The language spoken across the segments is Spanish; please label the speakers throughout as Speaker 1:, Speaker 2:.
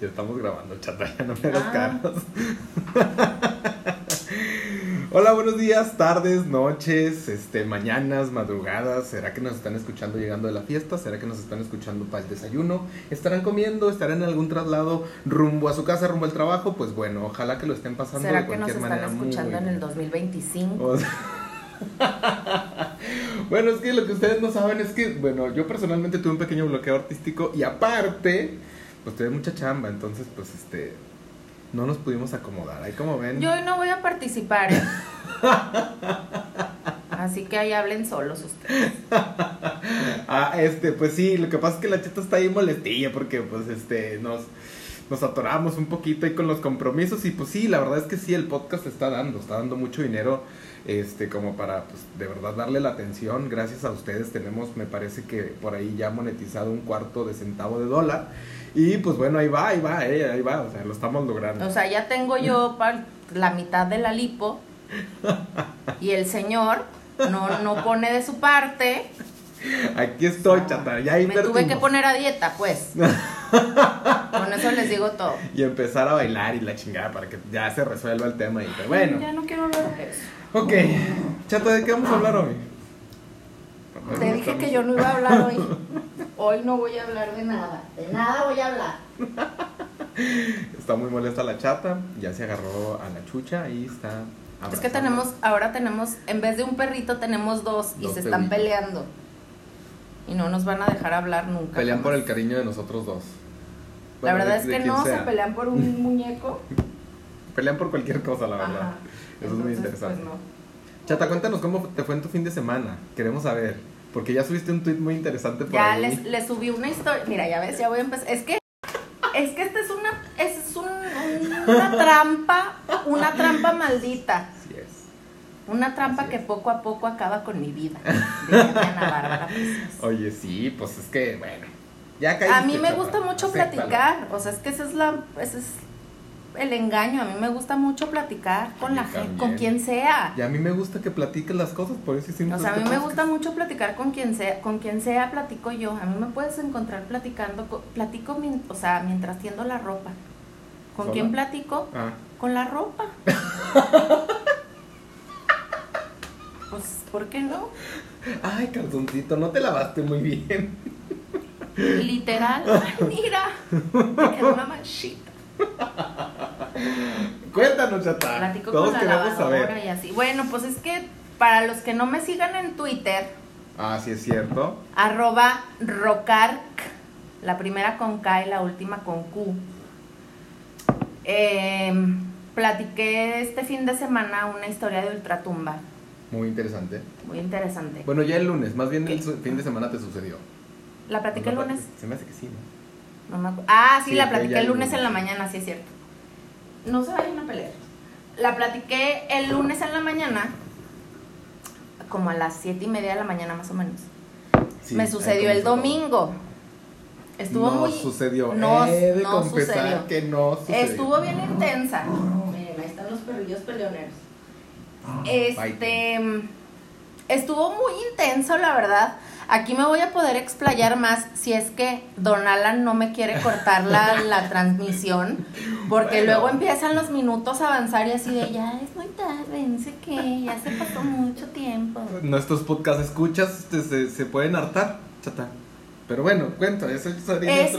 Speaker 1: Ya estamos grabando, chata, ya no me hagas
Speaker 2: Ah.
Speaker 1: caras. Hola, buenos días, tardes, noches, este, mañanas, madrugadas. ¿Será que nos están escuchando llegando de la fiesta? ¿Será que nos están escuchando para el desayuno? ¿Estarán comiendo? ¿Estarán en algún traslado rumbo a su casa, rumbo al trabajo? Pues bueno, ojalá que lo estén pasando
Speaker 2: ¿Será
Speaker 1: de
Speaker 2: que nos
Speaker 1: cualquier
Speaker 2: están
Speaker 1: manera. muy
Speaker 2: escuchando en
Speaker 1: bien.
Speaker 2: el 2025?
Speaker 1: O sea, bueno, es que lo que ustedes no saben es que, bueno, yo personalmente tuve un pequeño bloqueo artístico y aparte, pues tuve mucha chamba, entonces, pues, este, no nos pudimos acomodar. Ahí como ven.
Speaker 2: Yo hoy no voy a participar. ¿eh? Así que ahí hablen solos ustedes.
Speaker 1: Ah, este, pues sí, lo que pasa es que la cheta está ahí molestilla porque, pues, este, nos, nos atoramos un poquito ahí con los compromisos y, pues sí, la verdad es que sí, el podcast está dando, está dando mucho dinero, este, como para, pues, de verdad darle la atención. Gracias a ustedes tenemos, me parece que por ahí ya monetizado un cuarto de centavo de dólar y, pues, bueno, ahí va, ahí va, eh, ahí va, o sea, lo estamos logrando.
Speaker 2: O sea, ya tengo yo pa- la mitad de la lipo y el señor no, no pone de su parte.
Speaker 1: Aquí estoy, chata, ya
Speaker 2: Me tuve que
Speaker 1: invertimos.
Speaker 2: poner a dieta, pues. Con eso les digo todo.
Speaker 1: Y empezar a bailar y la chingada para que ya se resuelva el tema y, pero bueno.
Speaker 2: Ya no quiero hablar de eso.
Speaker 1: Ok, Chata, ¿de qué vamos a hablar hoy?
Speaker 2: Te dije que yo no iba a hablar hoy. Hoy no voy a hablar de nada. De nada voy a hablar.
Speaker 1: Está muy molesta la chata, ya se agarró a la chucha y está...
Speaker 2: Es que
Speaker 1: abrazando.
Speaker 2: tenemos, ahora tenemos, en vez de un perrito tenemos dos y
Speaker 1: Dos
Speaker 2: se están
Speaker 1: perritos.
Speaker 2: peleando. Y no nos van a dejar hablar nunca.
Speaker 1: Pelean por el
Speaker 2: jamás.
Speaker 1: cariño de nosotros dos.
Speaker 2: La
Speaker 1: Bueno,
Speaker 2: verdad
Speaker 1: de-
Speaker 2: es
Speaker 1: de
Speaker 2: que
Speaker 1: quien
Speaker 2: no, se
Speaker 1: sea.
Speaker 2: pelean por un muñeco.
Speaker 1: Pelean por cualquier cosa, la verdad.
Speaker 2: Ajá.
Speaker 1: Eso es muy
Speaker 2: Entonces,
Speaker 1: interesante.
Speaker 2: pues, no.
Speaker 1: Chata, cuéntanos cómo te fue en tu fin de semana. Queremos saber. Porque ya subiste un tweet muy interesante por
Speaker 2: Ya
Speaker 1: ahí.
Speaker 2: les, les subí una historia. Mira, ya ves, ya voy a empezar. Es que, es que esta es una, es un- una trampa, una trampa maldita.
Speaker 1: Así es.
Speaker 2: Una trampa
Speaker 1: Así
Speaker 2: que
Speaker 1: es.
Speaker 2: poco a poco acaba con mi vida. Dice Ana Bárbara Preciosa.
Speaker 1: Oye, sí, pues es que, bueno. Ya caíste,
Speaker 2: A mí me
Speaker 1: Chata,
Speaker 2: gusta mucho
Speaker 1: acéptalo.
Speaker 2: platicar, o sea, es que ese es la ese es el engaño, a mí me gusta mucho platicar
Speaker 1: A mí
Speaker 2: con la gente,
Speaker 1: también.
Speaker 2: con quien sea.
Speaker 1: Y a mí me gusta que platiques las cosas, por eso hicimos
Speaker 2: O sea, a
Speaker 1: este
Speaker 2: mí me
Speaker 1: podcast.
Speaker 2: gusta mucho platicar con quien sea, con quien sea platico yo. A mí me puedes encontrar platicando, co- platico, mien- o sea, mientras tiendo la ropa. ¿Con
Speaker 1: ¿Sola?
Speaker 2: quién platico?
Speaker 1: Ah,
Speaker 2: Con la ropa. pues, ¿por qué no?
Speaker 1: Ay, calzoncito, no te lavaste muy bien.
Speaker 2: Literal. Ay, mira. Me quedó una manchita.
Speaker 1: Cuéntanos, Chata.
Speaker 2: Platico
Speaker 1: Todos
Speaker 2: con la
Speaker 1: queremos
Speaker 2: lavadora
Speaker 1: saber.
Speaker 2: y así. Bueno, pues es que para los que no me sigan en Twitter,
Speaker 1: Ah, sí es cierto.
Speaker 2: arroba rocarc, la primera con K y la última con Q. Eh, platiqué este fin de semana una historia de ultratumba,
Speaker 1: Muy interesante.
Speaker 2: muy interesante.
Speaker 1: Bueno, ya el lunes, más bien el
Speaker 2: ¿Qué?
Speaker 1: su- fin de semana te sucedió.
Speaker 2: la platiqué el
Speaker 1: ¿No?
Speaker 2: lunes.
Speaker 1: Se me hace que sí, ¿no?
Speaker 2: No me acu- ah, sí,
Speaker 1: Sí,
Speaker 2: la
Speaker 1: fue
Speaker 2: platiqué
Speaker 1: ya
Speaker 2: el
Speaker 1: el
Speaker 2: lunes en
Speaker 1: lunes.
Speaker 2: la mañana, sí es cierto. No se vayan a pelear. La platiqué el lunes en la mañana, como a las siete y media de la mañana más o menos.
Speaker 1: Sí,
Speaker 2: me
Speaker 1: ahí
Speaker 2: sucedió
Speaker 1: comenzó
Speaker 2: el
Speaker 1: todo.
Speaker 2: domingo. Estuvo
Speaker 1: no
Speaker 2: muy.
Speaker 1: sucedió.
Speaker 2: No,
Speaker 1: He de
Speaker 2: no
Speaker 1: confesar
Speaker 2: sucedió.
Speaker 1: que no sucedió.
Speaker 2: Estuvo bien intensa. Miren, ahí están los perrillos peleoneros. Este. Estuvo muy intenso, la verdad. Aquí me voy a poder explayar más si es que Don Alan no me quiere cortar la, la transmisión, porque
Speaker 1: Bueno.
Speaker 2: luego empiezan los minutos a avanzar y así de ya es muy tarde, no sé qué, ya se pasó mucho tiempo.
Speaker 1: Nuestros podcast escuchas este, se, se pueden hartar, Chata. Pero bueno, cuento, eso es
Speaker 2: Es que, es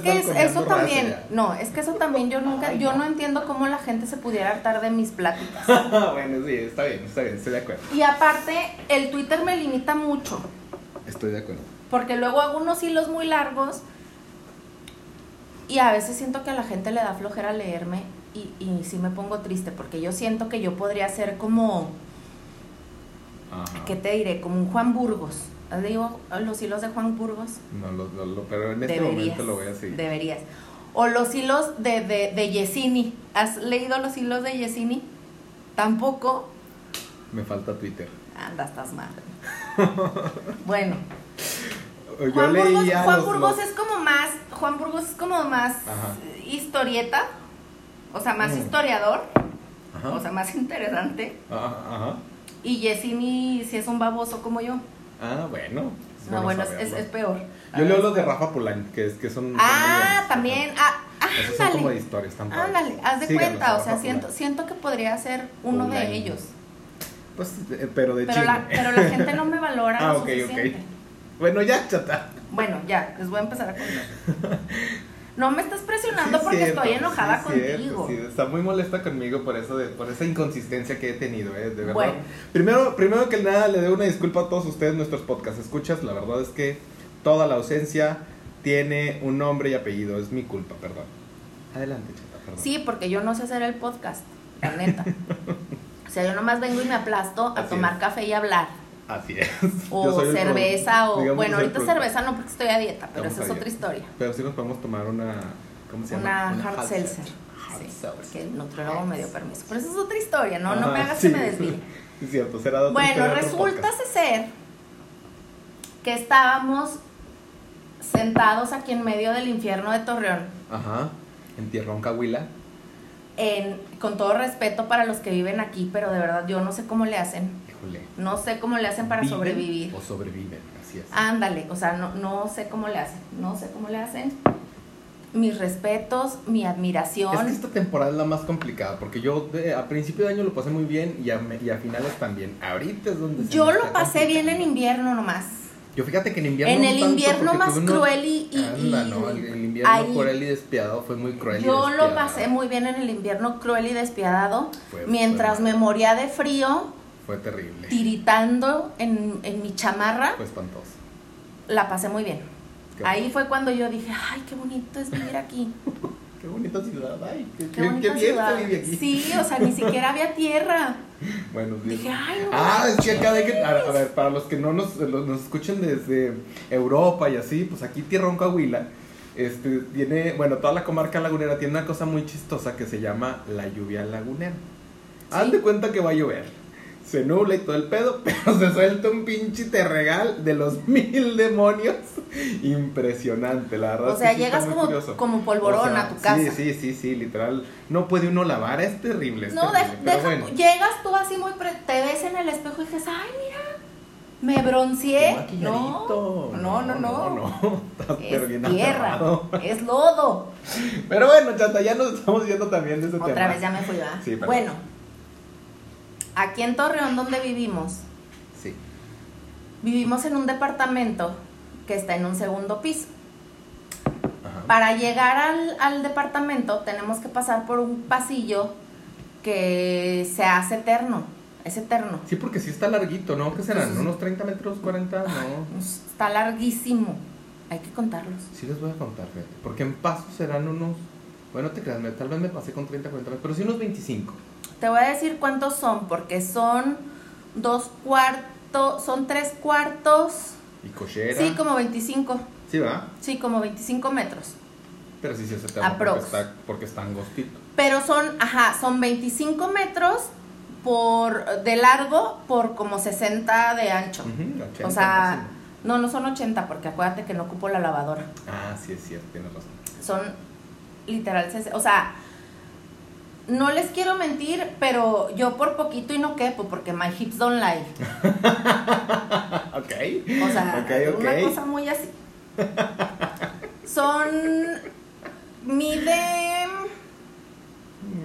Speaker 2: que es- eso también,
Speaker 1: también.
Speaker 2: no, es que eso también yo nunca, yo no entiendo cómo la gente se pudiera hartar de mis pláticas.
Speaker 1: bueno, sí, está bien, está bien, estoy de acuerdo.
Speaker 2: Y aparte, el Twitter me limita mucho,
Speaker 1: Estoy de acuerdo.
Speaker 2: porque luego hago unos hilos muy largos y a veces siento que a la gente le da flojera leerme y, y sí me pongo triste, porque yo siento que yo podría ser como,
Speaker 1: Ajá.
Speaker 2: ¿qué te diré? Como un Juan Burgos. Digo, los hilos de Juan Burgos.
Speaker 1: No, lo, lo- lo- pero en este momento lo voy a seguir.
Speaker 2: Deberías. O los hilos de, de, de Yesini. ¿Has leído los hilos de Yesini? Tampoco.
Speaker 1: Me falta Twitter.
Speaker 2: Anda, estás mal. bueno,
Speaker 1: Pues Yo
Speaker 2: Juan Burgos,
Speaker 1: leía
Speaker 2: Juan
Speaker 1: los-
Speaker 2: Burgos
Speaker 1: los-
Speaker 2: es como más, Juan Burgos es como más
Speaker 1: Ajá.
Speaker 2: eh, historieta, o sea, más
Speaker 1: Mm.
Speaker 2: historiador,
Speaker 1: Ajá. Ah,
Speaker 2: o sea, más interesante.
Speaker 1: Ajá, ajá.
Speaker 2: Y Yesini si es un baboso como yo.
Speaker 1: Ah, bueno.
Speaker 2: no, bueno, es, es-
Speaker 1: saberlo.
Speaker 2: es peor.
Speaker 1: Yo leo los de Rafa Polan, que es que son. son muy
Speaker 2: Ah,
Speaker 1: buenos.
Speaker 2: también. Ah, ah,
Speaker 1: Esos son
Speaker 2: Ándale.
Speaker 1: como de historias tampoco.
Speaker 2: Ándale, haz de
Speaker 1: Síganos,
Speaker 2: cuenta, o
Speaker 1: arroba
Speaker 2: sea,
Speaker 1: popular.
Speaker 2: siento, siento que podría ser uno de
Speaker 1: Online.
Speaker 2: ellos.
Speaker 1: Pues, eh, pero de
Speaker 2: Pero
Speaker 1: chisme.
Speaker 2: la, pero la gente no me valora
Speaker 1: Ah,
Speaker 2: lo
Speaker 1: ok, ok.
Speaker 2: suficiente.
Speaker 1: Bueno, ya, chata.
Speaker 2: Bueno, ya, les voy a empezar a contar. No me estás presionando
Speaker 1: Sí,
Speaker 2: porque
Speaker 1: cierto,
Speaker 2: estoy
Speaker 1: sí,
Speaker 2: enojada
Speaker 1: cierto,
Speaker 2: contigo.
Speaker 1: sí, está muy molesta conmigo por eso de, por esa inconsistencia que he tenido, eh, de verdad.
Speaker 2: Bueno.
Speaker 1: Primero, primero que nada, le doy una disculpa a todos ustedes, nuestros podcast escuchas. La verdad es que toda la ausencia tiene un nombre y apellido. Es mi culpa, perdón. Adelante, chata, perdón.
Speaker 2: Sí, porque yo no sé hacer el podcast, la neta. O sea, yo nomás vengo y me aplasto a
Speaker 1: Así
Speaker 2: tomar
Speaker 1: es.
Speaker 2: café y hablar.
Speaker 1: Así es. Yo
Speaker 2: O
Speaker 1: soy el
Speaker 2: cerveza,
Speaker 1: produ-
Speaker 2: o...
Speaker 1: digamos
Speaker 2: bueno,
Speaker 1: que soy el
Speaker 2: ahorita
Speaker 1: productor.
Speaker 2: cerveza no porque estoy a dieta, pero
Speaker 1: Estamos
Speaker 2: esa es
Speaker 1: a
Speaker 2: otra
Speaker 1: dieta.
Speaker 2: historia.
Speaker 1: Pero sí nos podemos tomar una. ¿Cómo se
Speaker 2: Una,
Speaker 1: llama?
Speaker 2: hard seltzer.
Speaker 1: Hard
Speaker 2: Sí,
Speaker 1: seltzer.
Speaker 2: porque el nutriólogo me dio permiso. Pero esa es otra historia, ¿no? No me
Speaker 1: Ajá,
Speaker 2: hagas
Speaker 1: sí.
Speaker 2: que me desvíe.
Speaker 1: Es cierto, será de otro-
Speaker 2: Bueno,
Speaker 1: será de otro
Speaker 2: resulta
Speaker 1: podcast.
Speaker 2: ser que estábamos sentados aquí en medio del infierno de Torreón.
Speaker 1: Ajá. En Tierrón Cahuila.
Speaker 2: en- con todo respeto para los que viven aquí, pero de verdad yo no sé cómo le hacen.
Speaker 1: Híjole.
Speaker 2: No sé cómo le hacen para
Speaker 1: ¿Viven
Speaker 2: sobrevivir. Ah,
Speaker 1: O sobreviven, así es.
Speaker 2: Ándale, o sea, no, no sé cómo le hacen. No sé cómo le hacen. Mis respetos, mi admiración.
Speaker 1: Es que esta temporada es la más complicada porque yo de- a principio de año lo pasé muy bien y a, me- y a finales también. Ahorita es donde. se
Speaker 2: Yo
Speaker 1: me
Speaker 2: lo
Speaker 1: está
Speaker 2: pasé bien en
Speaker 1: complicando.
Speaker 2: invierno nomás.
Speaker 1: Yo fíjate que en invierno.
Speaker 2: En
Speaker 1: no
Speaker 2: el
Speaker 1: tanto,
Speaker 2: invierno
Speaker 1: porque
Speaker 2: más
Speaker 1: tuve unos-
Speaker 2: cruel y... y-
Speaker 1: Anda,
Speaker 2: y-
Speaker 1: no, el, el invierno
Speaker 2: ahí.
Speaker 1: cruel y despiadado fue muy cruel. y
Speaker 2: Yo lo
Speaker 1: despiadado.
Speaker 2: pasé muy bien en el invierno cruel y despiadado,
Speaker 1: Fue-
Speaker 2: mientras
Speaker 1: fue
Speaker 2: me
Speaker 1: mal.
Speaker 2: moría de frío,
Speaker 1: Fue terrible.
Speaker 2: tiritando en, en mi chamarra,
Speaker 1: Fue espantoso.
Speaker 2: la pasé muy bien.
Speaker 1: Qué
Speaker 2: Ahí fue cuando yo dije, ay, qué bonito es vivir aquí.
Speaker 1: Qué bonita ciudad, ay, qué,
Speaker 2: Qué
Speaker 1: qué- qué
Speaker 2: bonita
Speaker 1: bien
Speaker 2: ciudad.
Speaker 1: se vive aquí.
Speaker 2: Sí, o sea, ni siquiera había tierra.
Speaker 1: Bueno, sí.
Speaker 2: Dije, ay, no.
Speaker 1: Ah, es que acá de que. A, a ver, para los que no nos, los- nos escuchen desde Europa y así, pues aquí Tierrón Coahuila, este, tiene, bueno, toda la comarca lagunera tiene una cosa muy chistosa que se llama la lluvia lagunera. Haz
Speaker 2: Sí.
Speaker 1: de cuenta que va a llover. Se nubla y todo el pedo, pero se suelta un pinche terregal de los mil demonios. Impresionante, la verdad.
Speaker 2: O
Speaker 1: es
Speaker 2: sea,
Speaker 1: que sí está
Speaker 2: llegas
Speaker 1: muy
Speaker 2: como,
Speaker 1: curioso.
Speaker 2: como polvorón
Speaker 1: O sea,
Speaker 2: a tu casa.
Speaker 1: Sí, sí, sí, sí, literal. No puede uno lavar, es terrible. Es
Speaker 2: No, de-
Speaker 1: terrible, pero
Speaker 2: deja-
Speaker 1: bueno.
Speaker 2: llegas tú así muy, pre- te ves en el espejo y dices, ay, mira, me
Speaker 1: Qué
Speaker 2: bronceé. No,
Speaker 1: maquilladito.
Speaker 2: no, no, no.
Speaker 1: no. Estás pero bien
Speaker 2: es tierra,
Speaker 1: aferrado.
Speaker 2: es lodo.
Speaker 1: Pero bueno, chata, ya nos estamos yendo también de ese tema.
Speaker 2: Otra vez ya me fui, ¿verdad?
Speaker 1: Sí, perdón.
Speaker 2: bueno, aquí en Torreón, donde vivimos,
Speaker 1: Sí.
Speaker 2: vivimos en un departamento que está en un segundo piso.
Speaker 1: Ajá.
Speaker 2: Para llegar al, al departamento tenemos que pasar por un pasillo que se hace eterno, es eterno.
Speaker 1: Sí, porque sí está larguito, ¿no? ¿Qué serán? ¿Unos 30 metros, 40? No.
Speaker 2: Está larguísimo, hay que contarlos.
Speaker 1: Sí les voy a contar, fíjate. Porque en paso serán unos... Bueno, te creas, me- tal vez me pasé con 30, 40 metros, pero sí unos 25.
Speaker 2: Te voy a decir cuántos son, porque son dos cuartos, son tres cuartos,
Speaker 1: Y cochera.
Speaker 2: sí, como 25,
Speaker 1: Sí, ¿verdad?
Speaker 2: sí, como 25 metros.
Speaker 1: Pero sí, sí, se te va porque
Speaker 2: Aprox.
Speaker 1: está, porque está angostito.
Speaker 2: Pero son, ajá, son 25 metros por, de largo por como 60 de ancho.
Speaker 1: Ujú, 80
Speaker 2: O sea,
Speaker 1: máximo.
Speaker 2: no, no son 80, porque acuérdate que no ocupo la lavadora.
Speaker 1: Ah, sí, es cierto, tienes razón.
Speaker 2: Son literal, ses- o sea, no les quiero mentir, pero yo por poquito y no quepo, porque my hips don't lie.
Speaker 1: Ok.
Speaker 2: O sea,
Speaker 1: Ok, ok.
Speaker 2: una cosa muy así. Son, mide,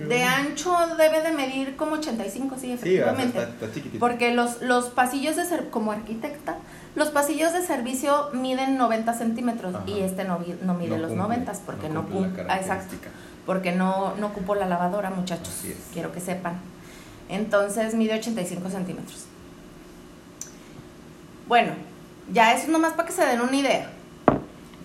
Speaker 2: de ancho debe de medir como 85, sí,
Speaker 1: Sí, ¿verdad?
Speaker 2: efectivamente.
Speaker 1: está, está chiquitito.
Speaker 2: Porque los, los pasillos de ser, como arquitecta, los pasillos de servicio miden 90 centímetros
Speaker 1: Ajá.
Speaker 2: y este no, vi- no mide los
Speaker 1: cumple,
Speaker 2: 90 porque no,
Speaker 1: cumple la
Speaker 2: cum- ah, exacto,
Speaker 1: característica.
Speaker 2: porque no, no cupo la lavadora, muchachos.
Speaker 1: Así es.
Speaker 2: Quiero que sepan. Entonces mide 85 centímetros. Bueno, ya eso nomás para que se den una idea.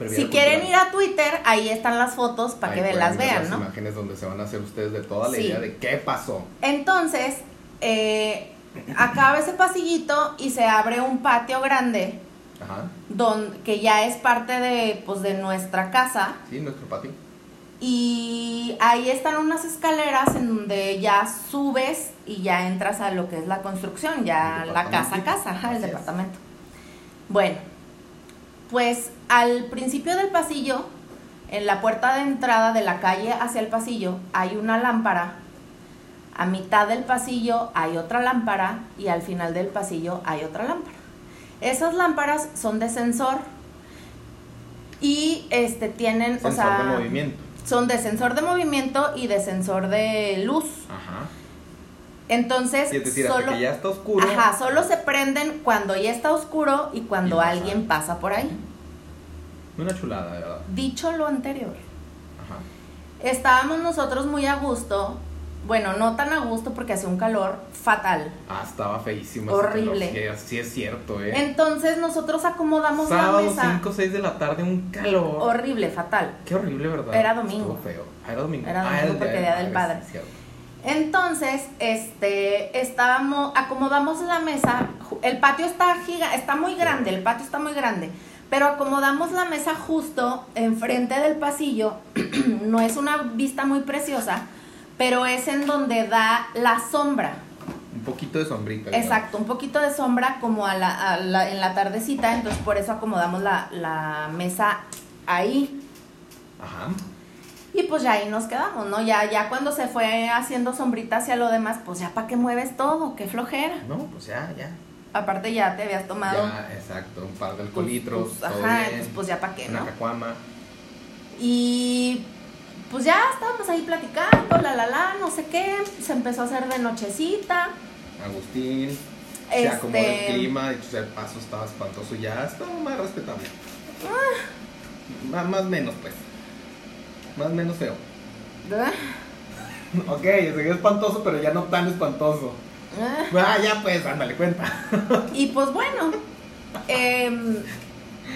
Speaker 2: si quieren ir a Twitter, ahí están las fotos para que ve- las vean,
Speaker 1: las
Speaker 2: ¿no?
Speaker 1: imágenes donde se van a hacer ustedes de toda la
Speaker 2: Sí.
Speaker 1: idea de qué pasó.
Speaker 2: Entonces, eh, acaba ese pasillito y se abre un patio grande
Speaker 1: Ajá.
Speaker 2: don- que ya es parte de, pues, de nuestra casa.
Speaker 1: Sí, nuestro patio.
Speaker 2: Y ahí están unas escaleras en donde ya subes y ya entras a lo que es la construcción, ya
Speaker 1: El
Speaker 2: la casa,
Speaker 1: departamento.
Speaker 2: casa, ajá,
Speaker 1: Así
Speaker 2: el
Speaker 1: es.
Speaker 2: departamento. Bueno, pues al principio del pasillo, en la puerta de entrada de la calle hacia el pasillo, hay una lámpara. A mitad del pasillo hay otra lámpara y al final del pasillo hay otra lámpara. Esas lámparas son de sensor y este tienen,
Speaker 1: Sensor
Speaker 2: o sea,
Speaker 1: de movimiento.
Speaker 2: son de sensor de movimiento y de sensor de luz.
Speaker 1: Ajá.
Speaker 2: Entonces,
Speaker 1: Y es decir, hasta
Speaker 2: solo,
Speaker 1: que ya está oscuro.
Speaker 2: ajá, solo se prenden cuando ya está oscuro y cuando
Speaker 1: Y no
Speaker 2: alguien
Speaker 1: sabe.
Speaker 2: pasa por ahí.
Speaker 1: Una chulada, de verdad.
Speaker 2: Dicho lo anterior,
Speaker 1: Ajá.
Speaker 2: estábamos nosotros muy a gusto, bueno, no tan a gusto porque hacía un calor fatal.
Speaker 1: Ah, estaba feísimo.
Speaker 2: Horrible.
Speaker 1: Así sí es cierto, ¿eh?
Speaker 2: Entonces nosotros acomodamos la
Speaker 1: Sábado,
Speaker 2: mesa.
Speaker 1: 5 o 6 de la tarde, un calor.
Speaker 2: Horrible, fatal.
Speaker 1: Qué horrible, ¿verdad?
Speaker 2: Era domingo.
Speaker 1: Estuvo feo. Ah, era domingo.
Speaker 2: Era
Speaker 1: Ah,
Speaker 2: domingo
Speaker 1: el
Speaker 2: porque Día del Padre.
Speaker 1: sí, cierto.
Speaker 2: Entonces, este, estábamos, acomodamos la mesa. ju- El patio está giga, está muy grande, el patio está muy grande. Pero acomodamos la mesa justo enfrente del pasillo. no es una vista muy preciosa, pero es en donde da la sombra.
Speaker 1: Un poquito de sombrita. ¿verdad?
Speaker 2: Exacto, un poquito de sombra como a la, a la- en la tardecita. Entonces, por eso acomodamos la, la mesa ahí.
Speaker 1: Ajá.
Speaker 2: Y pues ya ahí nos quedamos, ¿no? Ya, ya cuando se fue haciendo sombrita hacia lo demás, pues ya para qué mueves todo, qué flojera.
Speaker 1: No, pues ya, ya.
Speaker 2: Aparte ya te habías tomado.
Speaker 1: Ya, exacto. Un par de
Speaker 2: tus-
Speaker 1: alcoholitros.
Speaker 2: tus-
Speaker 1: todo
Speaker 2: ajá,
Speaker 1: bien,
Speaker 2: pues, pues ya para qué,
Speaker 1: Una
Speaker 2: ¿no?
Speaker 1: cacuama.
Speaker 2: Y pues ya estábamos ahí platicando, la la la, no sé qué. Se empezó a hacer de nochecita.
Speaker 1: Agustín. Se acomodó el
Speaker 2: Este.
Speaker 1: clima. De hecho, el paso estaba espantoso. Ya estaba más respetable. Má- más menos, pues. Más menos feo.
Speaker 2: ¿Ah?
Speaker 1: ¿Eh? Ok, seguía espantoso, pero ya no tan espantoso.
Speaker 2: ¿Ah?
Speaker 1: Ah, ya pues, ándale, cuenta.
Speaker 2: Y pues bueno, em,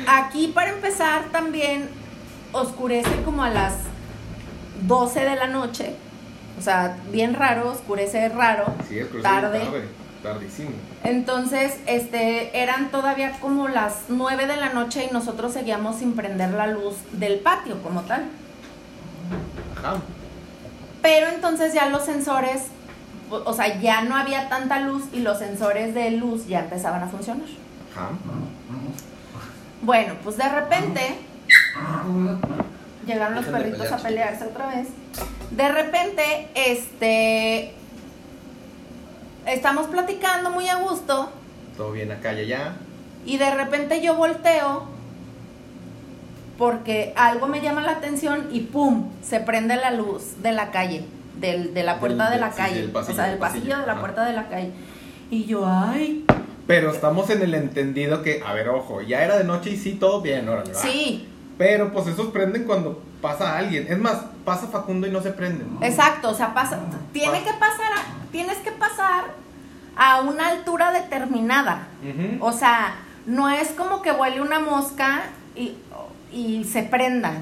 Speaker 2: aquí para empezar también oscurece como a las 12 de la noche. O sea, bien raro, oscurece raro.
Speaker 1: Sí, es
Speaker 2: Tarde.
Speaker 1: tarde. Tardísimo.
Speaker 2: Entonces, este, eran todavía como las 9 de la noche y nosotros seguíamos sin prender la luz del patio como tal.
Speaker 1: Ajá.
Speaker 2: Pero entonces ya los sensores, o, o sea, ya no había tanta luz y los sensores de luz ya empezaban a funcionar.
Speaker 1: Ajá.
Speaker 2: Bueno, pues de repente llegaron los
Speaker 1: Dejen de
Speaker 2: perritos a
Speaker 1: pelearse.
Speaker 2: pelearse otra vez. De repente, este estamos platicando muy a gusto
Speaker 1: Todo bien acá y allá.
Speaker 2: y de repente yo volteo porque algo me llama la atención y pum, se prende la luz de la calle, del- de la puerta
Speaker 1: Del- del-
Speaker 2: de la
Speaker 1: sí,
Speaker 2: calle,
Speaker 1: del pasillo,
Speaker 2: o sea, del
Speaker 1: del
Speaker 2: pasillo,
Speaker 1: pasillo,
Speaker 2: de la
Speaker 1: ajá. Ah.
Speaker 2: puerta de la calle. Y yo, ay,
Speaker 1: Pero estamos en el entendido que, a ver, ojo, ya era de noche y sí, todo bien, órale, va.
Speaker 2: sí,
Speaker 1: Pero pues esos prenden cuando pasa alguien. Es más, pasa Facundo y no se prenden.
Speaker 2: Exacto, o sea, pasa,
Speaker 1: Ah.
Speaker 2: tiene que pasar, a- tienes que pasar a una altura determinada.
Speaker 1: Ujú.
Speaker 2: O sea, no es como que vuele una mosca y, y se prenda.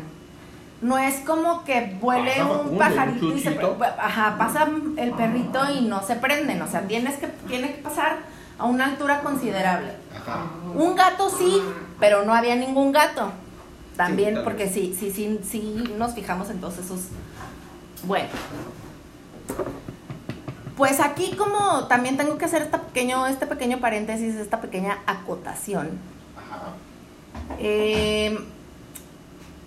Speaker 2: No es como que vuele
Speaker 1: Pasa
Speaker 2: un
Speaker 1: Facundo,
Speaker 2: pajarito
Speaker 1: un
Speaker 2: y se
Speaker 1: chuchito.
Speaker 2: pre- Ajá, pasa el perrito y no se prenden. O sea, tienes que, tiene que pasar a una altura considerable.
Speaker 1: Ajá.
Speaker 2: Un gato sí, pero no había ningún gato. También,
Speaker 1: Mm. Sí, tal
Speaker 2: porque
Speaker 1: vez.
Speaker 2: sí, sí, sí, sí nos fijamos en todos esos. Bueno. Pues aquí como también tengo que hacer este pequeño, este pequeño paréntesis, esta pequeña acotación.
Speaker 1: Ajá.
Speaker 2: Eh,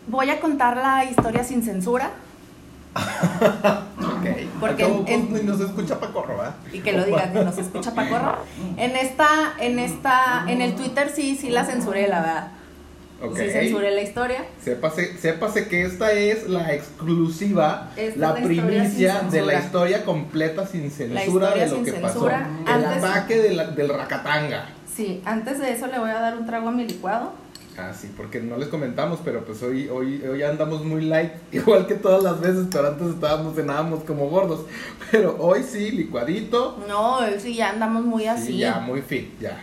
Speaker 2: voy a contar la historia sin censura
Speaker 1: Ok.
Speaker 2: Porque
Speaker 1: Al cabo,
Speaker 2: en-
Speaker 1: pues, ni nos escucha Paco, ¿verdad?
Speaker 2: y que lo digan, que nos escucha Pacorro. En esta, en esta, en el Twitter sí, sí la censuré, la verdad.
Speaker 1: Ok.
Speaker 2: Sí censuré la historia.
Speaker 1: Sépase, sépase que esta es la exclusiva,
Speaker 2: Esta es
Speaker 1: la
Speaker 2: la historia
Speaker 1: primicia
Speaker 2: sin
Speaker 1: de la
Speaker 2: censura.
Speaker 1: historia completa sin censura
Speaker 2: historia
Speaker 1: de lo
Speaker 2: sin
Speaker 1: que
Speaker 2: censura.
Speaker 1: pasó. El
Speaker 2: Antes-
Speaker 1: ataque de la- del racatanga.
Speaker 2: Sí, antes de eso le voy a dar un trago a mi licuado.
Speaker 1: Ah, sí, porque no les comentamos, pero pues hoy, hoy, hoy andamos muy light, igual que todas las veces, pero antes estábamos, cenábamos como gordos. Pero hoy sí, licuadito,
Speaker 2: No, él sí ya andamos muy
Speaker 1: y
Speaker 2: así.
Speaker 1: ya, muy fit, ya.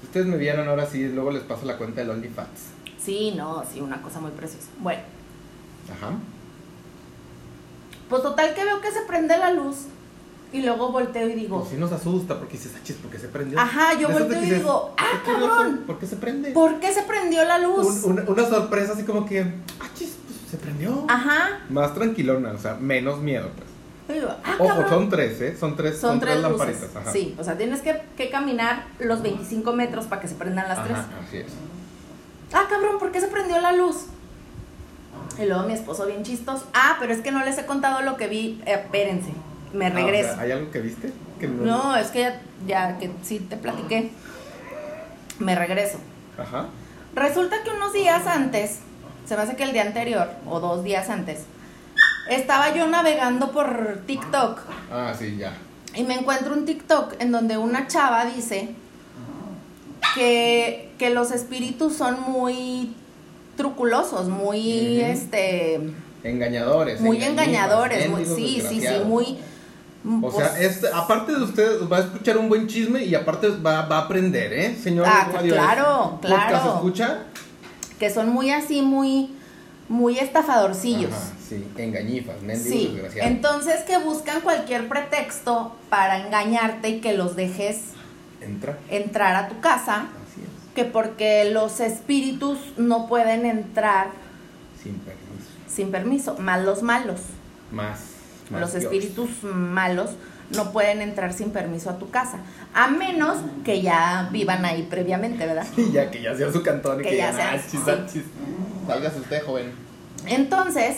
Speaker 1: Si ustedes me vieron ahora sí, luego les paso la cuenta del OnlyFans.
Speaker 2: Sí, no, sí, una cosa muy preciosa. Bueno,
Speaker 1: Ajá.
Speaker 2: pues total que veo que se prende la luz y luego volteo y digo,
Speaker 1: Pues sí nos asusta, porque dices, ah, chis, ¿por qué se prendió?
Speaker 2: ajá, yo
Speaker 1: De esas
Speaker 2: volteo y
Speaker 1: de que dices,
Speaker 2: digo, ah,
Speaker 1: "Qué curioso,
Speaker 2: cabrón, Pues-
Speaker 1: ¿Por qué se prende?
Speaker 2: ¿por qué se prendió la luz?
Speaker 1: Un- una, una sorpresa así como que, ah, chis, pues se prendió.
Speaker 2: Ajá,
Speaker 1: Más tranquilona, o sea, menos miedo, pues.
Speaker 2: y digo, ah,
Speaker 1: Ojo,
Speaker 2: cabrón.
Speaker 1: son tres, ¿eh? Son tres,
Speaker 2: Son tres
Speaker 1: lamparitas.
Speaker 2: luces. Sí, o sea, tienes que, que caminar los 25 metros para que se prendan las
Speaker 1: Ajá,
Speaker 2: tres.
Speaker 1: así es.
Speaker 2: Ah, cabrón, ¿por qué se prendió la luz? Y luego mi esposo bien chistos. Ah, pero es que no les he contado lo que vi. Eh, espérense, me
Speaker 1: Ah, o
Speaker 2: regreso.
Speaker 1: sea, ¿Hay algo que viste? Que
Speaker 2: No, es que ya, ya que sí te platiqué. Me regreso.
Speaker 1: Ajá.
Speaker 2: Resulta que unos días antes se me hace que el día anterior o dos días antes, estaba yo navegando por TikTok
Speaker 1: Ah, sí, ya.
Speaker 2: y me encuentro un TikTok en donde una chava dice que, que los espíritus son muy truculosos, muy,
Speaker 1: Ujú.
Speaker 2: este,
Speaker 1: Engañadores.
Speaker 2: muy
Speaker 1: engañivas,
Speaker 2: engañadores, muy,
Speaker 1: mendigos
Speaker 2: sí, sí, sí,
Speaker 1: desgraciados.
Speaker 2: muy...
Speaker 1: O
Speaker 2: pues,
Speaker 1: sea, este, aparte de usted va a escuchar un buen chisme y aparte va, va a aprender, ¿eh, señor?
Speaker 2: Ah,
Speaker 1: Radio
Speaker 2: claro,
Speaker 1: Podcast
Speaker 2: claro.
Speaker 1: escucha?
Speaker 2: que son muy así, muy, muy estafadorcillos.
Speaker 1: Ajá, sí, engañifas, mendigos
Speaker 2: Sí,
Speaker 1: desgraciados.
Speaker 2: entonces que buscan cualquier pretexto para engañarte y que los dejes
Speaker 1: Entra.
Speaker 2: entrar a tu casa,
Speaker 1: Así es,
Speaker 2: que porque los espíritus no pueden entrar
Speaker 1: sin permiso.
Speaker 2: sin permiso, más los malos,
Speaker 1: Más. más
Speaker 2: los
Speaker 1: Dios.
Speaker 2: espíritus malos no pueden entrar sin permiso a tu casa, a menos que ya vivan ahí previamente, ¿verdad?
Speaker 1: Y ya que ya sea su cantón y
Speaker 2: Que
Speaker 1: que,
Speaker 2: ya
Speaker 1: ya,
Speaker 2: sea-
Speaker 1: ah, chis,
Speaker 2: sí.
Speaker 1: ah, chis. Sálgase usted, joven.
Speaker 2: Entonces,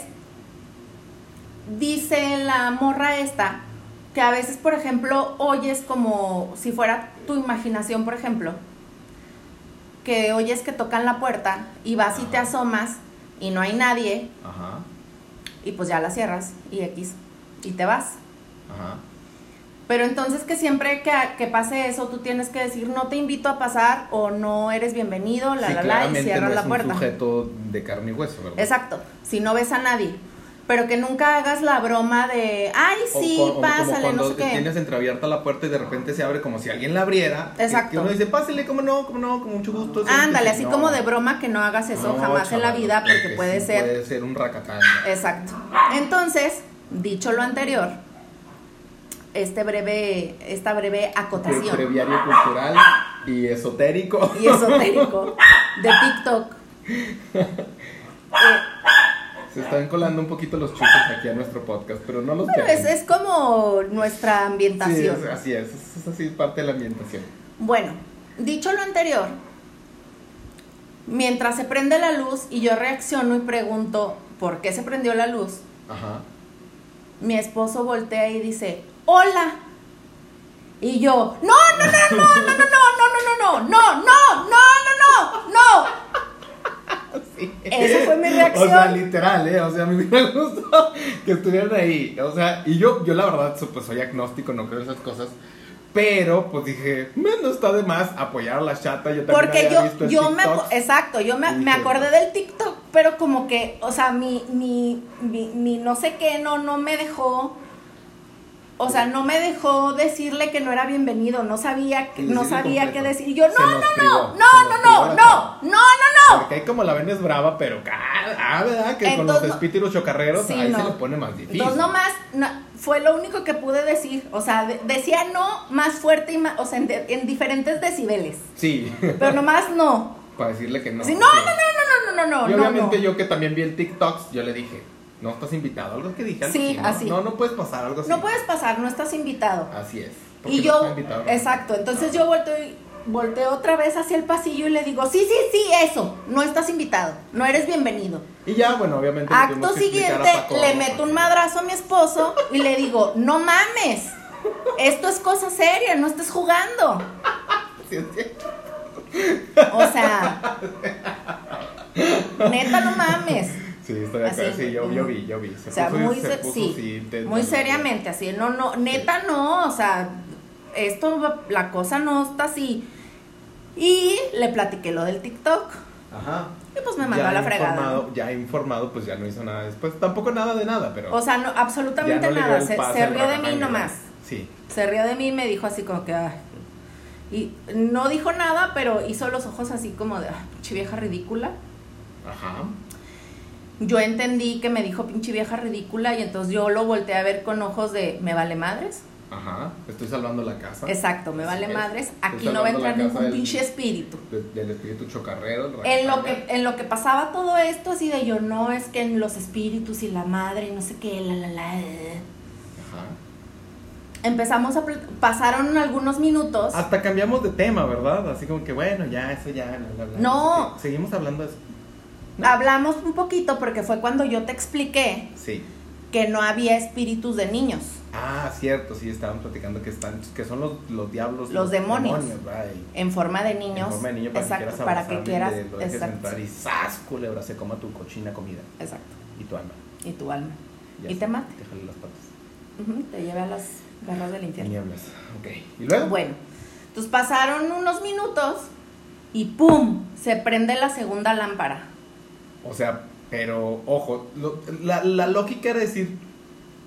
Speaker 2: dice la morra esta que a veces, por ejemplo, oyes como si fuera tu imaginación, por ejemplo, que oyes que tocan la puerta y vas y te
Speaker 1: Ajá.
Speaker 2: asomas y no hay nadie
Speaker 1: Ajá,
Speaker 2: y pues ya la cierras y X y te vas.
Speaker 1: ajá.
Speaker 2: Pero entonces que siempre que, que pase eso, tú tienes que decir no te invito a pasar o no eres bienvenido, la
Speaker 1: sí,
Speaker 2: la la, y
Speaker 1: claramente
Speaker 2: cierras
Speaker 1: no
Speaker 2: la
Speaker 1: es
Speaker 2: puerta.
Speaker 1: un sujeto de carne y hueso, ¿verdad?
Speaker 2: Exacto, si no ves a nadie. Pero que nunca hagas la broma de, ay,
Speaker 1: O
Speaker 2: sí,
Speaker 1: cu- o como
Speaker 2: pásale,
Speaker 1: cuando
Speaker 2: no sé qué.
Speaker 1: tienes entreabierta la puerta y de repente se abre como si alguien la abriera. que-
Speaker 2: Exacto.
Speaker 1: Que uno dice, pásale, como no, como no, con mucho gusto.
Speaker 2: Ándale,
Speaker 1: siéntese".
Speaker 2: así
Speaker 1: No.
Speaker 2: como de broma que no hagas eso
Speaker 1: No,
Speaker 2: jamás en la
Speaker 1: chaval,
Speaker 2: vida porque puede
Speaker 1: sí
Speaker 2: ser.
Speaker 1: Puede ser un racatán.
Speaker 2: Exacto. Entonces, dicho lo anterior, este breve, esta
Speaker 1: Pre-
Speaker 2: breve acotación
Speaker 1: Previario cultural y esotérico.
Speaker 2: y esotérico de TikTok. eh,
Speaker 1: Se están colando un poquito los chicos aquí a nuestro podcast, pero no los
Speaker 2: pero es, es como nuestra
Speaker 1: Sí,
Speaker 2: ambientación.
Speaker 1: es- así es, es, es así parte de la ambientación.
Speaker 2: Bueno, dicho lo anterior, mientras se prende la luz y yo reacciono y pregunto por qué se prendió la luz,
Speaker 1: Ajá.
Speaker 2: mi esposo voltea y dice, hola. Y yo, no, no, no, no, no, no, no, no, no, no, no, no, no, no, no, no. Esa fue mi reacción.
Speaker 1: O sea, literal, ¿eh? O sea, a mí me hubiera gustado que estuvieran ahí. O sea, y yo, yo la verdad, so- pues soy agnóstico, no creo en esas cosas. Pero, pues dije, menos está de más apoyar a la chata. Yo también
Speaker 2: Porque
Speaker 1: había visto
Speaker 2: yo,
Speaker 1: el
Speaker 2: yo me,
Speaker 1: TikTok.
Speaker 2: acu- exacto, yo me,
Speaker 1: Y
Speaker 2: me
Speaker 1: dije,
Speaker 2: acordé del TikTok, pero como que, o sea, mi, mi, mi, mi no sé qué, no, no me dejó, o sea, no me dejó decirle que no era bienvenido, no sabía, que-
Speaker 1: Y
Speaker 2: no
Speaker 1: decirlo
Speaker 2: sabía qué
Speaker 1: completo.
Speaker 2: decir, y yo, no,
Speaker 1: Se
Speaker 2: no,
Speaker 1: nos privó,
Speaker 2: no, no,
Speaker 1: se nos privó
Speaker 2: no, no,
Speaker 1: la
Speaker 2: no,
Speaker 1: chava.
Speaker 2: no, no, no.
Speaker 1: Porque ahí como la ven es brava, pero ca- ah, ¿verdad? Que
Speaker 2: Entonces,
Speaker 1: con los espíritus chocarreros
Speaker 2: Sí,
Speaker 1: ahí
Speaker 2: no.
Speaker 1: se les pone más difícil.
Speaker 2: Entonces nomás, no, fue lo único que pude decir, o sea, de- decía no más fuerte y más, o sea, en, de- en diferentes decibeles,
Speaker 1: Sí,
Speaker 2: pero nomás no.
Speaker 1: para decirle que no.
Speaker 2: Sí, no, no, no, no, no, no, no,
Speaker 1: Y
Speaker 2: no.
Speaker 1: obviamente
Speaker 2: no.
Speaker 1: yo que también vi el TikToks, yo le dije, no estás invitado, algo que dije. algo
Speaker 2: Sí,
Speaker 1: ¿no?
Speaker 2: así.
Speaker 1: No, no puedes pasar, algo así.
Speaker 2: No puedes pasar, no estás invitado.
Speaker 1: Así es. porque
Speaker 2: Y
Speaker 1: no
Speaker 2: yo,
Speaker 1: está invitado, ¿no?
Speaker 2: exacto, entonces yo volteo, y- volteo otra vez hacia el pasillo y le digo, sí, sí, sí, eso, no estás invitado, no eres bienvenido.
Speaker 1: Y ya, bueno, obviamente. le tuvimos
Speaker 2: Acto
Speaker 1: que explicar
Speaker 2: siguiente,
Speaker 1: a Paco,
Speaker 2: le
Speaker 1: ¿no?
Speaker 2: meto un
Speaker 1: Porque-
Speaker 2: madrazo a mi esposo y le digo, no mames, esto es cosa seria, no estés jugando.
Speaker 1: Sí, sí.
Speaker 2: O sea, neta, no mames.
Speaker 1: Sí, estoy de acuerdo.
Speaker 2: Así.
Speaker 1: Sí, yo, yo vi, yo vi.
Speaker 2: O sea, muy, se-
Speaker 1: puso
Speaker 2: sí,
Speaker 1: intenso,
Speaker 2: muy
Speaker 1: ¿no?
Speaker 2: seriamente, así, no, no, neta no, o sea, esto, va- la cosa no está así. Y le platiqué lo del TikTok
Speaker 1: Ajá.
Speaker 2: y pues me mandó a la fregada.
Speaker 1: informado- Ya informado, pues ya no hizo nada después. Tampoco nada de nada, pero.
Speaker 2: O sea, no,
Speaker 1: ya
Speaker 2: absolutamente
Speaker 1: no le dio
Speaker 2: nada,
Speaker 1: el
Speaker 2: se,
Speaker 1: pase
Speaker 2: se
Speaker 1: al
Speaker 2: rió de mí
Speaker 1: Rajatabla.
Speaker 2: nomás,
Speaker 1: Sí.
Speaker 2: se rió de mí y me dijo así como que, "Ay". y no dijo nada, pero hizo los ojos así como de, "Ah, pinche vieja ridícula.
Speaker 1: Ajá.
Speaker 2: Yo entendí que me dijo pinche vieja ridícula y entonces yo lo volteé a ver con ojos de, ¿me vale madres?
Speaker 1: Ajá. Estoy salvando la casa.
Speaker 2: Exacto, me vale
Speaker 1: Así es.
Speaker 2: madres.
Speaker 1: Estoy
Speaker 2: Aquí no va a
Speaker 1: salvando la
Speaker 2: entrar
Speaker 1: casa
Speaker 2: ningún
Speaker 1: del-
Speaker 2: pinche espíritu.
Speaker 1: de- del espíritu chocarrero. el
Speaker 2: En lo,
Speaker 1: rajatabla.
Speaker 2: que, en lo que pasaba todo esto, así de yo, no, es que en los espíritus y la madre y no sé qué, la, la, la. eh.
Speaker 1: Ajá.
Speaker 2: Empezamos a... pl- Pasaron algunos minutos.
Speaker 1: Hasta cambiamos de tema, ¿verdad? Así como que bueno, ya, eso ya, bla, bla, bla.
Speaker 2: No.
Speaker 1: sé qué. Seguimos hablando de eso.
Speaker 2: Hablamos un poquito porque fue cuando yo te expliqué
Speaker 1: Sí.
Speaker 2: que no había espíritus de niños.
Speaker 1: Ah, cierto, sí, estaban platicando que están que son los, los diablos.
Speaker 2: Los demonios.
Speaker 1: ¿verdad? Y-
Speaker 2: En forma de niños.
Speaker 1: en forma de niño para
Speaker 2: exacto,
Speaker 1: que quieras
Speaker 2: para que quieras.
Speaker 1: abrazarlo y lo dejes
Speaker 2: Exacto,
Speaker 1: entrar y ¡zas! culebra se coma tu cochina comida
Speaker 2: exacto.
Speaker 1: y tu alma.
Speaker 2: Y tu alma.
Speaker 1: Ya
Speaker 2: Y
Speaker 1: sé,
Speaker 2: te mate.
Speaker 1: Te jale las patas.
Speaker 2: Ujú, te lleve a las garras del infierno.
Speaker 1: Ni hablas. Ok. ¿Y luego?
Speaker 2: Bueno, entonces pasaron unos minutos y ¡pum! Se prende la segunda lámpara.
Speaker 1: O sea, pero ojo, lo- la, la lógica era decir,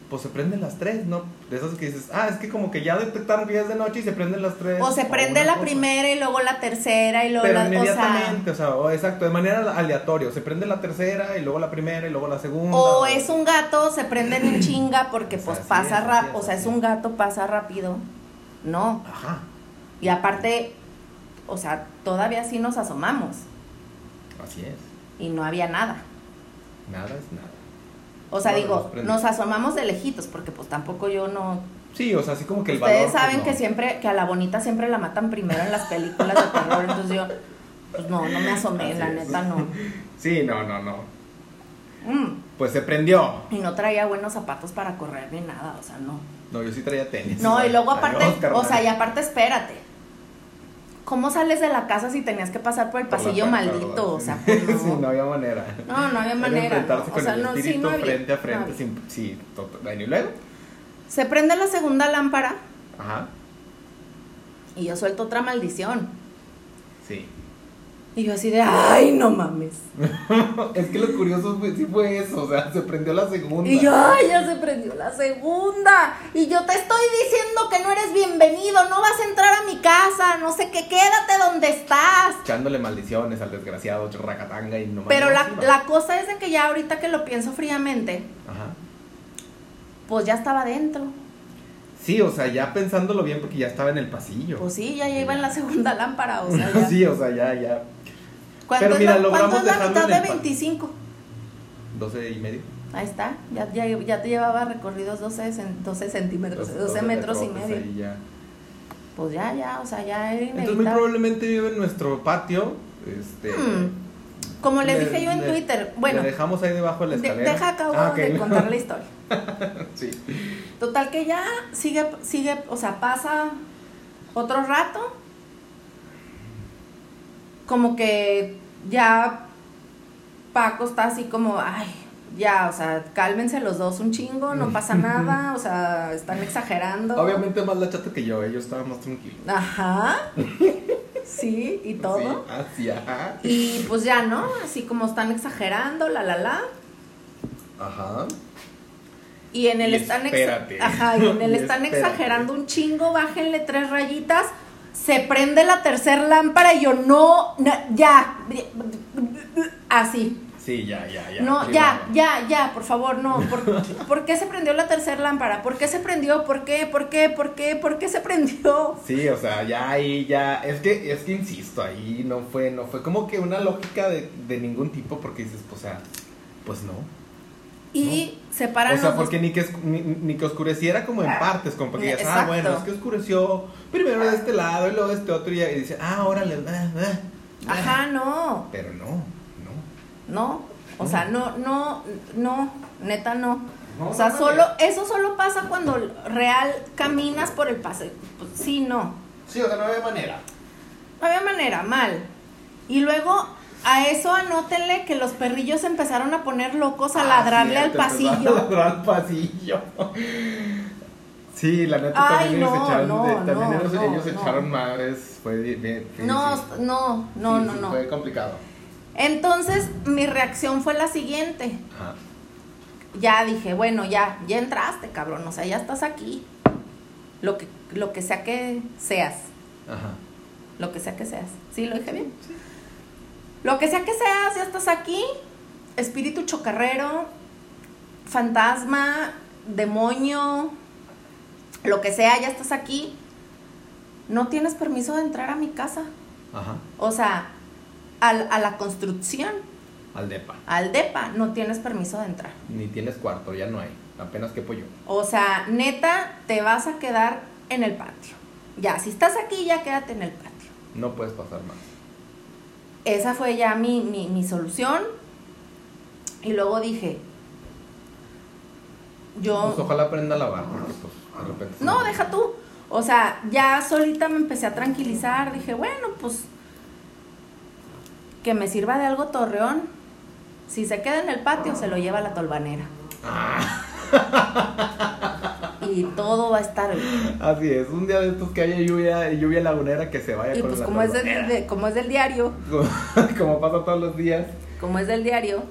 Speaker 1: pues se prenden las tres, ¿no? De esas que dices, ah, es que como que ya detectaron que ya es de noche y se prenden las tres.
Speaker 2: O se prende
Speaker 1: una
Speaker 2: la
Speaker 1: cosa.
Speaker 2: primera y luego la tercera y luego
Speaker 1: Pero
Speaker 2: la. o sea,
Speaker 1: inmediatamente, o sea, o exacto, de manera aleatoria. Se prende la tercera y luego la primera y luego la segunda.
Speaker 2: O es un gato, se prenden en chinga porque
Speaker 1: O sea,
Speaker 2: pues
Speaker 1: así
Speaker 2: pasa
Speaker 1: es, así
Speaker 2: rápido,
Speaker 1: es,
Speaker 2: o sea,
Speaker 1: así
Speaker 2: es
Speaker 1: es.
Speaker 2: un gato, pasa rápido. No,
Speaker 1: Ajá.
Speaker 2: y aparte, o sea, todavía sí nos asomamos
Speaker 1: Así es.
Speaker 2: y no había nada.
Speaker 1: Nada es nada.
Speaker 2: O sea,
Speaker 1: No, nos
Speaker 2: digo,
Speaker 1: prende.
Speaker 2: nos asomamos de lejitos porque pues tampoco yo no...
Speaker 1: Sí, o sea, así como que el valor.
Speaker 2: Ustedes
Speaker 1: pues,
Speaker 2: saben
Speaker 1: no.
Speaker 2: que siempre, que a la bonita siempre la matan primero en las películas de terror, entonces yo, pues no, no me asomé,
Speaker 1: Así
Speaker 2: la
Speaker 1: es.
Speaker 2: neta no.
Speaker 1: Sí, no, no, no.
Speaker 2: Mm,
Speaker 1: Pues se prendió.
Speaker 2: Y no traía buenos zapatos para correr ni nada, o sea, no.
Speaker 1: No, yo sí traía tenis.
Speaker 2: No, y luego
Speaker 1: Adiós,
Speaker 2: aparte, o
Speaker 1: carnal.
Speaker 2: sea, y aparte espérate. ¿Cómo sales de la casa si tenías que pasar por el
Speaker 1: Por la
Speaker 2: pasillo
Speaker 1: puerta,
Speaker 2: maldito?
Speaker 1: ¿verdad?
Speaker 2: O sea, pues, no.
Speaker 1: sí, no había manera.
Speaker 2: no, no había
Speaker 1: Era
Speaker 2: manera. ¿no?
Speaker 1: enfrentarse
Speaker 2: O
Speaker 1: con
Speaker 2: sea,
Speaker 1: el
Speaker 2: no, sí,
Speaker 1: espíritu
Speaker 2: no había.
Speaker 1: frente a
Speaker 2: no
Speaker 1: frente.
Speaker 2: había.
Speaker 1: sin, sí, total. Bueno, ¿Y luego?
Speaker 2: Se prende la segunda lámpara
Speaker 1: Ajá,
Speaker 2: y yo suelto otra maldición.
Speaker 1: sí.
Speaker 2: Y yo así de, ay, no mames.
Speaker 1: es que lo curioso fue, sí fue eso, o sea, se prendió la segunda.
Speaker 2: Y yo, ay, ya se prendió la segunda. Y yo te estoy diciendo que no eres bienvenido, no vas a entrar a mi casa, no sé qué, quédate donde estás.
Speaker 1: Echándole maldiciones al desgraciado Chorracatanga y no
Speaker 2: Pero la,
Speaker 1: más iba.
Speaker 2: la cosa es de que ya ahorita que lo pienso fríamente,
Speaker 1: Ajá.
Speaker 2: pues ya estaba dentro.
Speaker 1: Sí, o sea, ya pensándolo bien porque ya estaba en el pasillo.
Speaker 2: Pues sí, ya, ya iba en la segunda lámpara, o sea, ya.
Speaker 1: sí, o sea, ya, ya.
Speaker 2: ¿Cuánto
Speaker 1: Pero
Speaker 2: es
Speaker 1: mira,
Speaker 2: la-
Speaker 1: logramos
Speaker 2: cuánto es la
Speaker 1: dejarlo
Speaker 2: mitad
Speaker 1: en el
Speaker 2: de
Speaker 1: pa-
Speaker 2: 25?
Speaker 1: 12 y medio.
Speaker 2: Ahí está, ya, ya, ya te llevaba recorridos 12, cen- 12 centímetros, 12, metros y medio.
Speaker 1: ahí ya.
Speaker 2: Pues ya, ya, o sea, ya era
Speaker 1: Entonces muy
Speaker 2: inevitable.
Speaker 1: probablemente vive en nuestro patio. Este,
Speaker 2: Mm, Como les
Speaker 1: le-
Speaker 2: dije yo en
Speaker 1: le-
Speaker 2: Twitter, bueno,
Speaker 1: Le dejamos ahí debajo de la
Speaker 2: de-
Speaker 1: escalera.
Speaker 2: deja acabo
Speaker 1: Ah, ok.
Speaker 2: de contar la historia.
Speaker 1: Sí.
Speaker 2: Total que ya sigue, sigue, o sea, pasa otro rato. Como que ya Paco está así como, ay, ya, o sea, cálmense los dos un chingo, no pasa nada, o sea, están exagerando.
Speaker 1: Obviamente más la chata que yo, eh, yo estaba más tranquilo.
Speaker 2: Ajá. Sí, y todo.
Speaker 1: Sí, así, ajá.
Speaker 2: Y pues ya, ¿no? Así como están exagerando, la, la, la.
Speaker 1: Ajá.
Speaker 2: Y en el
Speaker 1: Y
Speaker 2: están ex-
Speaker 1: espérate.
Speaker 2: Ajá, y en el
Speaker 1: Y
Speaker 2: están
Speaker 1: espérate.
Speaker 2: exagerando un chingo, bájenle tres rayitas. Se prende la tercera lámpara y yo no, na- ya. Así.
Speaker 1: Sí, ya, ya, ya.
Speaker 2: no,
Speaker 1: sí,
Speaker 2: ya, ya, ya, por favor, no. ¿Por, por qué se prendió la tercera lámpara? ¿Por qué se prendió? ¿Por qué? ¿Por qué? ¿Por qué? ¿Por qué se prendió?
Speaker 1: Sí, o sea, ya ahí, ya. Es que, es que insisto, ahí no fue, no fue como que una lógica de, de ningún tipo porque dices, pues, o sea, pues no.
Speaker 2: Y se paran
Speaker 1: O sea,
Speaker 2: los dos.
Speaker 1: porque ni que, es- ni, ni que oscureciera como en partes, como que digas, ah,
Speaker 2: Exacto.
Speaker 1: bueno, es que oscureció primero de este lado y luego de este otro y, y dice, ah, órale, ah, ah, ah".
Speaker 2: Ajá, no,
Speaker 1: Pero no, no.
Speaker 2: no. O sea, no, no, no, neta no.
Speaker 1: No,
Speaker 2: O sea,
Speaker 1: no, no,
Speaker 2: solo, eso solo pasa cuando real caminas por el paseo. Pues, sí, no.
Speaker 1: Sí, o sea, no había manera.
Speaker 2: No había manera, mal. Y luego a eso anótenle que los perrillos empezaron a poner locos
Speaker 1: Ah,
Speaker 2: a ladrarle al
Speaker 1: A
Speaker 2: pasillo.
Speaker 1: ladrar al pasillo. Sí, la neta
Speaker 2: Ay,
Speaker 1: también ellos
Speaker 2: no,
Speaker 1: echaron,
Speaker 2: no,
Speaker 1: de- también
Speaker 2: no,
Speaker 1: ellos,
Speaker 2: no,
Speaker 1: ellos
Speaker 2: no.
Speaker 1: echaron madres, fue bien, bien- sí,
Speaker 2: No,
Speaker 1: sí.
Speaker 2: no, no,
Speaker 1: Sí,
Speaker 2: no,
Speaker 1: sí,
Speaker 2: no.
Speaker 1: Fue complicado.
Speaker 2: Entonces mi reacción fue la siguiente.
Speaker 1: Ajá.
Speaker 2: Ya dije, bueno, ya, ya entraste, cabrón. O sea, ya estás aquí. Lo que, lo que sea que seas.
Speaker 1: Ajá.
Speaker 2: Lo que sea que seas. ¿Sí lo dije bien? Lo que sea que seas, ya estás aquí. Espíritu chocarrero, fantasma, demonio, lo que sea, ya estás aquí. No tienes permiso de entrar a mi casa.
Speaker 1: Ajá.
Speaker 2: O sea, al- a la construcción,
Speaker 1: Al depa.
Speaker 2: al DEPA, no tienes permiso de entrar.
Speaker 1: Ni tienes cuarto, ya no hay. Apenas que pollo.
Speaker 2: O sea, neta, te vas a quedar en el patio. Ya, si estás aquí, ya quédate en el patio.
Speaker 1: No puedes pasar más.
Speaker 2: esa fue ya mi, mi, mi solución. Y luego dije, yo,
Speaker 1: Pues ojalá aprenda a lavar, porque pues De repente se
Speaker 2: No,
Speaker 1: me-
Speaker 2: deja tú. O sea, ya solita me empecé a tranquilizar. Dije, bueno, pues que me sirva de algo Torreón. Si se queda en el patio, se lo lleva a la tolvanera.
Speaker 1: Ah.
Speaker 2: Y todo va a estar bien.
Speaker 1: Así es, un día de estos que haya lluvia, lluvia lagunera que se vaya
Speaker 2: Y
Speaker 1: con
Speaker 2: pues
Speaker 1: la
Speaker 2: como es, del,
Speaker 1: tormenta.
Speaker 2: de- como es del diario,
Speaker 1: como pasa todos los días.
Speaker 2: como es del diario.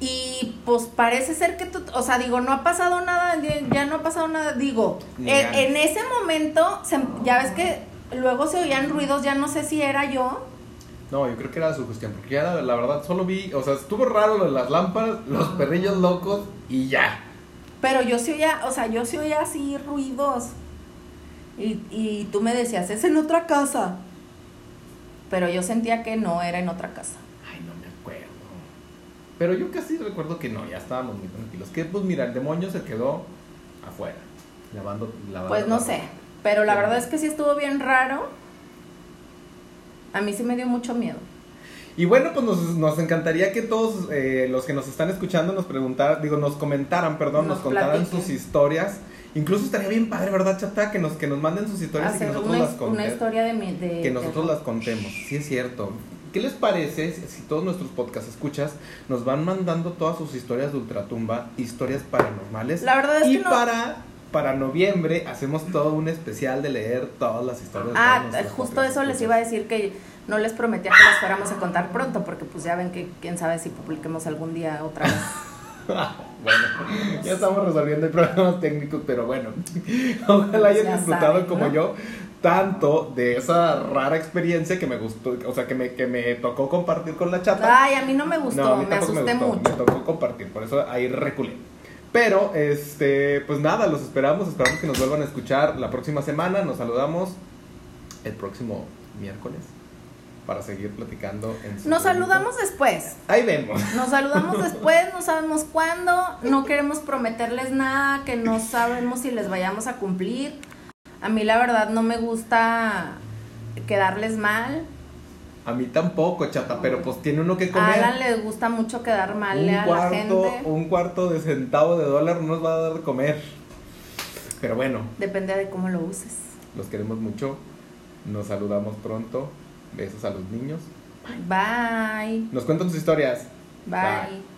Speaker 2: Y pues parece ser que tú, o sea, digo, no ha pasado nada, ya- ya no ha pasado nada. Digo,
Speaker 1: Ni
Speaker 2: en,
Speaker 1: ganas.
Speaker 2: en ese momento, se- ya ves que luego se oían ruidos, ya no sé si era yo.
Speaker 1: No, yo creo que era su cuestión, porque ya la, la verdad solo vi, o sea, estuvo raro lo de las lámparas, los perrillos locos y ya.
Speaker 2: Pero yo sí oía, o sea, yo sí oía así ruidos. Y, y tú me decías, es en otra casa. Pero yo sentía que no era en otra casa.
Speaker 1: Ay, no me acuerdo. Pero yo casi recuerdo que no, ya estábamos muy tranquilos. Que pues mira, el demonio se quedó afuera, lavando, lavando
Speaker 2: Pues no
Speaker 1: la
Speaker 2: sé.
Speaker 1: ropa.
Speaker 2: Pero la verdad es que sí estuvo bien raro. A mí sí me dio mucho miedo.
Speaker 1: Y bueno, pues nos, nos encantaría que todos eh, los que nos están escuchando nos preguntaran, digo, nos comentaran, perdón, nos,
Speaker 2: Nos
Speaker 1: contaran
Speaker 2: platiquen.
Speaker 1: sus historias. Incluso estaría bien padre, ¿verdad, Chata? Que nos, que nos manden sus historias y que
Speaker 2: Hacer
Speaker 1: nosotros
Speaker 2: una,
Speaker 1: las
Speaker 2: una
Speaker 1: contemos.
Speaker 2: historia de mi. De,
Speaker 1: que nosotros
Speaker 2: de-
Speaker 1: las contemos, sí es cierto. ¿Qué les parece si todos nuestros podcast escuchas nos van mandando todas sus historias de ultratumba, historias paranormales?
Speaker 2: La verdad es
Speaker 1: y
Speaker 2: que no.
Speaker 1: para para noviembre hacemos todo un especial de leer todas las historias. de todos
Speaker 2: Ah,
Speaker 1: nuestros
Speaker 2: justo
Speaker 1: podcast
Speaker 2: eso les
Speaker 1: escuchas.
Speaker 2: iba a decir que no les prometía que las fuéramos a contar pronto, porque pues ya ven que quién sabe si publiquemos algún día otra vez.
Speaker 1: Bueno, ya estamos resolviendo problemas técnicos, pero bueno, ojalá hayan
Speaker 2: Ya
Speaker 1: disfrutado
Speaker 2: saben,
Speaker 1: como
Speaker 2: ¿no?
Speaker 1: yo tanto de esa rara experiencia que me gustó, o sea, que me, que me tocó compartir con la chata.
Speaker 2: Ay, a mí no me gustó,
Speaker 1: No, a mí
Speaker 2: me
Speaker 1: tampoco
Speaker 2: asusté
Speaker 1: gustó,
Speaker 2: mucho.
Speaker 1: Me tocó compartir, por eso ahí reculé. Pero, este, pues nada, los esperamos, esperamos que nos vuelvan a escuchar la próxima semana. Nos saludamos el próximo miércoles para seguir platicando. En su momento.
Speaker 2: Nos saludamos después.
Speaker 1: Ahí vemos.
Speaker 2: Nos saludamos después, no sabemos cuándo, no queremos prometerles nada, que no sabemos si les vayamos a cumplir. A mí la verdad no me gusta quedarles mal.
Speaker 1: A mí tampoco, chata, pero pues tiene uno que
Speaker 2: A
Speaker 1: comer.
Speaker 2: Alan le gusta mucho quedar mal
Speaker 1: un
Speaker 2: a la
Speaker 1: cuarto,
Speaker 2: gente.
Speaker 1: un cuarto de centavo de dólar no nos va a dar de comer. Pero bueno,
Speaker 2: Depende de cómo lo uses.
Speaker 1: los queremos mucho. Nos saludamos pronto. Besos a los niños.
Speaker 2: Bye.
Speaker 1: Nos cuentan sus historias.
Speaker 2: Bye.
Speaker 1: Bye.